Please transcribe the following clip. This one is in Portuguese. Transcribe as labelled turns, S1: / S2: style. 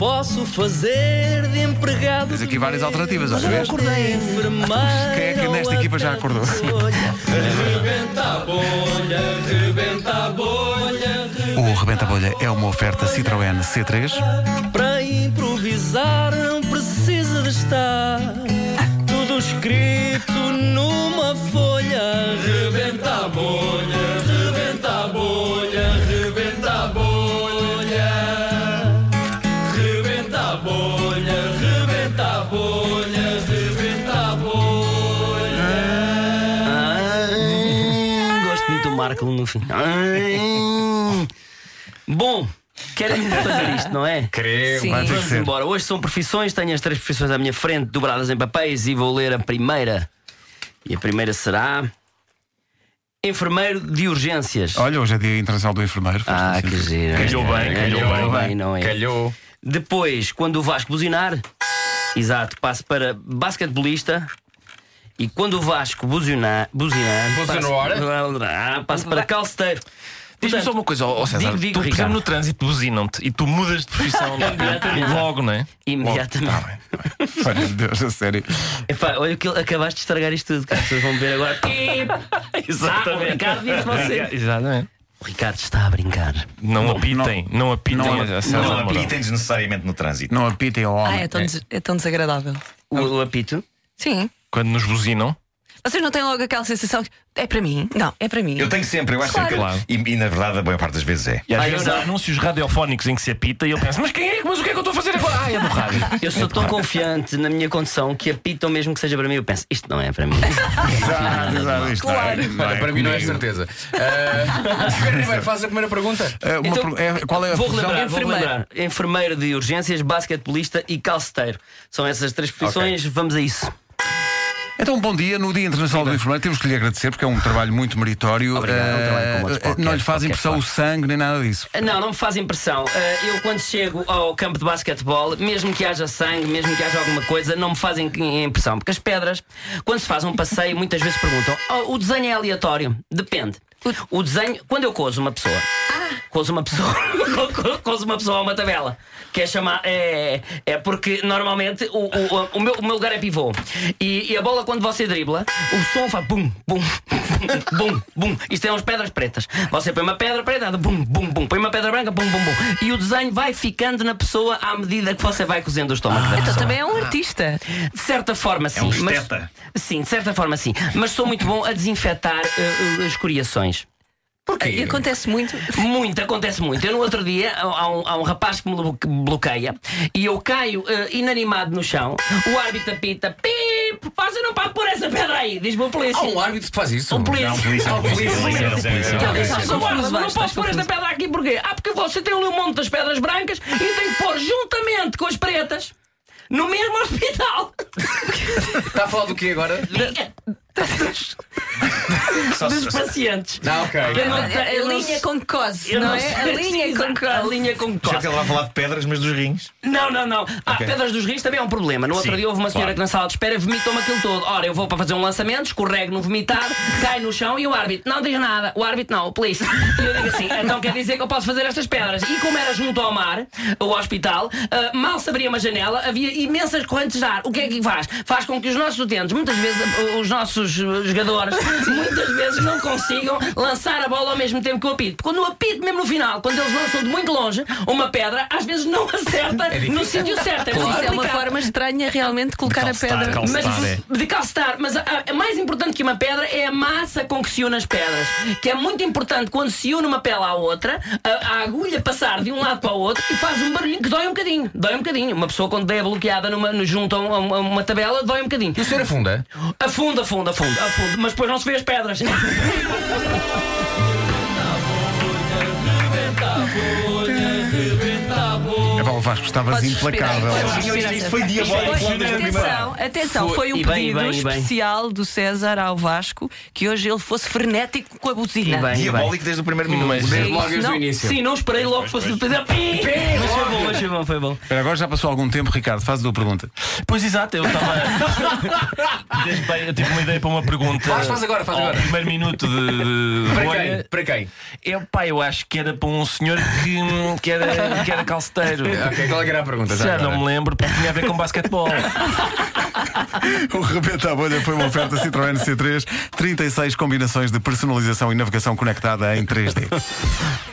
S1: Posso fazer de empregado.
S2: Tens aqui várias alternativas,
S1: Mas
S2: olha,
S1: eu
S2: vês?
S1: acordei enfermeiro.
S2: Quem é que nesta
S1: ou
S2: equipa já
S1: até
S2: acordou?
S1: folha.
S2: O Rebenta a Bolha é uma oferta Citroën C3.
S1: Para improvisar não precisa de estar tudo escrito numa folha. Rebenta a bolha, rebenta a bolha, rebenta a bolha. Rebenta a bolha, rebenta a bolha, rebenta a bolha. Gosto muito do Marco no fim. Bom, querem fazer isto, não é?
S2: Creio,
S3: Sim.
S2: vai ter que
S1: Vamos
S2: ser.
S1: embora. Hoje são profissões, tenho as três profissões à minha frente, dobradas em papéis, e vou ler a primeira. E a primeira será. Enfermeiro de urgências.
S2: Olha, hoje é Dia Internacional do Enfermeiro.
S1: ah,
S2: Faz-te
S1: que
S2: assim.
S1: giro.
S4: Calhou bem, calhou
S1: bem,
S4: bem.
S1: não é?
S4: Calhou.
S1: Depois, quando o Vasco buzinar, exato, passo para basquetebolista. E quando o Vasco buzinar, buzinar passo, ah, passo para calceteiro.
S4: Diz-me
S1: Portanto,
S4: só uma coisa, ó, ó César,
S1: digo, digo,
S4: tu, por exemplo,
S1: Ricardo.
S4: no trânsito buzinam-te e tu mudas de profissão
S1: Imediatamente.
S4: logo, não é?
S1: Imediatamente.
S2: Tá bem, tá bem. Olha, meu Deus, a sério.
S1: Epá, olha que acabaste de estragar isto tudo, que as pessoas vão ver agora. Ah, o Ricardo disse você.
S4: Exatamente.
S1: O Ricardo está a brincar.
S4: Não apitem, não apitem.
S2: não-
S4: a- a César
S5: Não
S4: Mourão.
S5: apitem desnecessariamente no trânsito.
S2: Não apitem ao
S3: Ah,
S2: homem.
S3: é tão, des- é tão desagradável.
S1: O, o apito?
S3: Sim.
S4: Quando nos buzinam,
S3: Vocês não têm logo aquela sensação que é para mim? Não, é para mim.
S5: Eu tenho sempre, eu acho
S3: Claro.
S5: que. E, e, na verdade, a maior parte das vezes é.
S4: e às
S1: Ah, eu
S4: vezes há
S1: não.
S4: anúncios radiofónicos em que se apita e eu penso, mas quem é? que- Mas o que é que eu estou a fazer agora? Ah, é do rádio.
S1: Eu sou tão confiante na minha condição que apitam mesmo que seja para mim. Eu penso, isto não é para mim.
S2: Exato, Ah, exato, isto não é- não é
S6: Para mim não é
S2: comigo.
S6: certeza. Ah, Pedro Ribeiro, faz a primeira pergunta.
S2: É, uma
S1: Então,
S2: pro- é- qual é a
S1: Vou
S2: profissão?
S1: relembrar, vou
S3: Enfermeiro.
S1: relembrar. Enfermeiro de urgências, basquetebolista e calceteiro. São essas três profissões, vamos a isso.
S2: Então, bom dia. No Dia Internacional do Enfermeiro, temos que lhe agradecer porque é um trabalho muito meritório.
S1: Obrigado, é um trabalho como
S2: Eh,
S1: outros qualquer,
S2: não lhe faz
S1: qualquer
S2: impressão o sangue nem nada disso.
S1: Não, não me faz impressão. Eh, Eu, quando chego ao campo de basquetebol, mesmo que haja sangue, mesmo que haja alguma coisa, não me fazem impressão. Porque as pedras, quando se faz um passeio, muitas vezes perguntam: "Oh, o desenho é aleatório? Depende. O desenho, quando eu cozo uma pessoa, cozo uma pessoa, co- cozo uma pessoa a uma tabela, que é chamar. É, é porque normalmente o, o, o meu, o meu lugar é pivô. E, e a bola, quando você dribla, o som faz bum, bum, bum, bum. Isto é umas pedras pretas. Você põe uma pedra preta, bum, bum, bum. Põe uma pedra branca, bum, bum, bum. E o desenho vai ficando na pessoa à medida que você vai cozendo o estômago da
S3: Então
S1: pessoa.
S3: também é um artista.
S1: De certa forma, sim.
S5: um
S1: mas-
S5: esteta.
S1: sim, de certa forma, sim. Mas sou muito bom a desinfetar eh, eh, as coriações.
S3: Porquê? Acontece muito.
S1: Muito, acontece muito. Eu no outro dia há um, há um rapaz que me blo- que me bloqueia e eu caio eh, inanimado no chão. O árbitro apita, pip, você não pode pôr essa pedra aí, diz-me o polícia.
S6: Há um árbitro que faz isso. um
S1: O polícia.
S2: um
S5: Não, polícia,
S1: O polícia.
S5: polícia,
S1: O
S5: polícia,
S1: polícia.
S5: polícia.
S1: Ele diz,
S3: Estás
S1: "Sou guarda, mas
S3: confuso,
S1: não
S3: Vasco,
S1: posso pôr
S3: estás
S1: esta pedra aqui porquê? Ah, porque você tem ali um monte das pedras brancas e tem que pôr juntamente com as pretas no mesmo hospital.
S6: Está a falar do quê agora?
S1: Diga.
S5: Só se-
S1: Dos pacientes.
S6: Ah, ok.
S1: Eu não-
S3: A, a
S1: eu não-
S3: linha com cose,
S1: eu
S3: não é? A
S1: sei-
S3: linha
S1: Exato,
S3: com
S1: A
S3: cose.
S1: linha com
S5: Já
S1: cose.
S5: que ele vai falar de pedras, mas dos rins.
S1: Não, não, não. Ah, pedras dos rins também é um problema. No outro
S5: Sim,
S1: dia houve uma senhora
S5: claro.
S1: que na sala de espera vomitou-me aquilo todo. Ora, eu vou para fazer um lançamento, escorrego no vomitar, cai no chão e o árbitro não diz nada. O árbitro não, o polícia. E eu digo assim: então quer dizer que eu posso fazer estas pedras? E como era junto ao mar, o hospital, ah, mal se abria uma janela, havia imensas correntes de ar. O que é que faz? Faz com que os nossos utentes, muitas vezes ah, os nossos ah, jogadores, muitas vezes não consigam lançar a bola ao mesmo tempo que o apito. Porque quando o apito, mesmo no final, quando eles lançam de muito longe, uma pedra, às vezes não acerta no sítio certo. É
S3: Isso
S1: preciso
S3: é uma
S1: aplicar.
S3: forma estranha realmente de colocar a pedra.
S4: calcetar.
S1: Mas,
S4: Calçar,
S1: de calçar, mas a, a- a mais importante que uma pedra é a massa com que se une as pedras. Que é muito importante quando se une uma pele à outra, a, a agulha passar de um lado para o outro e faz um barulhinho que dói um bocadinho. Dói um bocadinho. Uma pessoa quando é bloqueada numa, no- junto a um- a uma, a uma tabela, dói um bocadinho.
S6: E o senhor afunda?
S1: Afunda, afunda, afunda, afunda. Mas depois não se vê as pedras.
S2: É pá, o Vasco, estavas
S3: Podes respirar.
S2: implacável.
S3: Podes respirar.
S5: Isto foi diabólico
S3: Foi-
S5: logo desde a
S3: Atenção, atenção, foi um
S1: E
S3: pedido
S1: bem, e bem, e bem.
S3: especial do César ao Vasco que hoje ele fosse frenético com a buzina.
S1: E bem.
S5: Diabólico desde o primeiro minuto.
S6: Desde
S3: isso,
S6: logo desde
S3: não.
S6: o início.
S1: Sim, não esperei logo que fosse. Mas foi bom, mas foi bom, foi bom.
S2: Espera, agora já passou algum tempo, Ricardo, faz a tua pergunta.
S4: Pois exato, eu estava. Desde bem, eu tive uma ideia para uma pergunta.
S6: Faz, faz agora, faz
S4: ao
S6: agora.
S4: Primeiro minuto de. de
S6: Para
S4: bolha.
S6: quem? Para quem?
S4: Eu, pá, eu acho que era para um senhor que, que, era, que era calceteiro.
S6: ok. Qual é que era a pergunta?
S4: Já
S6: agora?
S4: não me lembro, porque tinha a ver com basquetebol.
S2: O Rebenta a Bolha foi uma oferta Citroën C3, 36 combinações de personalização e navegação conectada em 3D.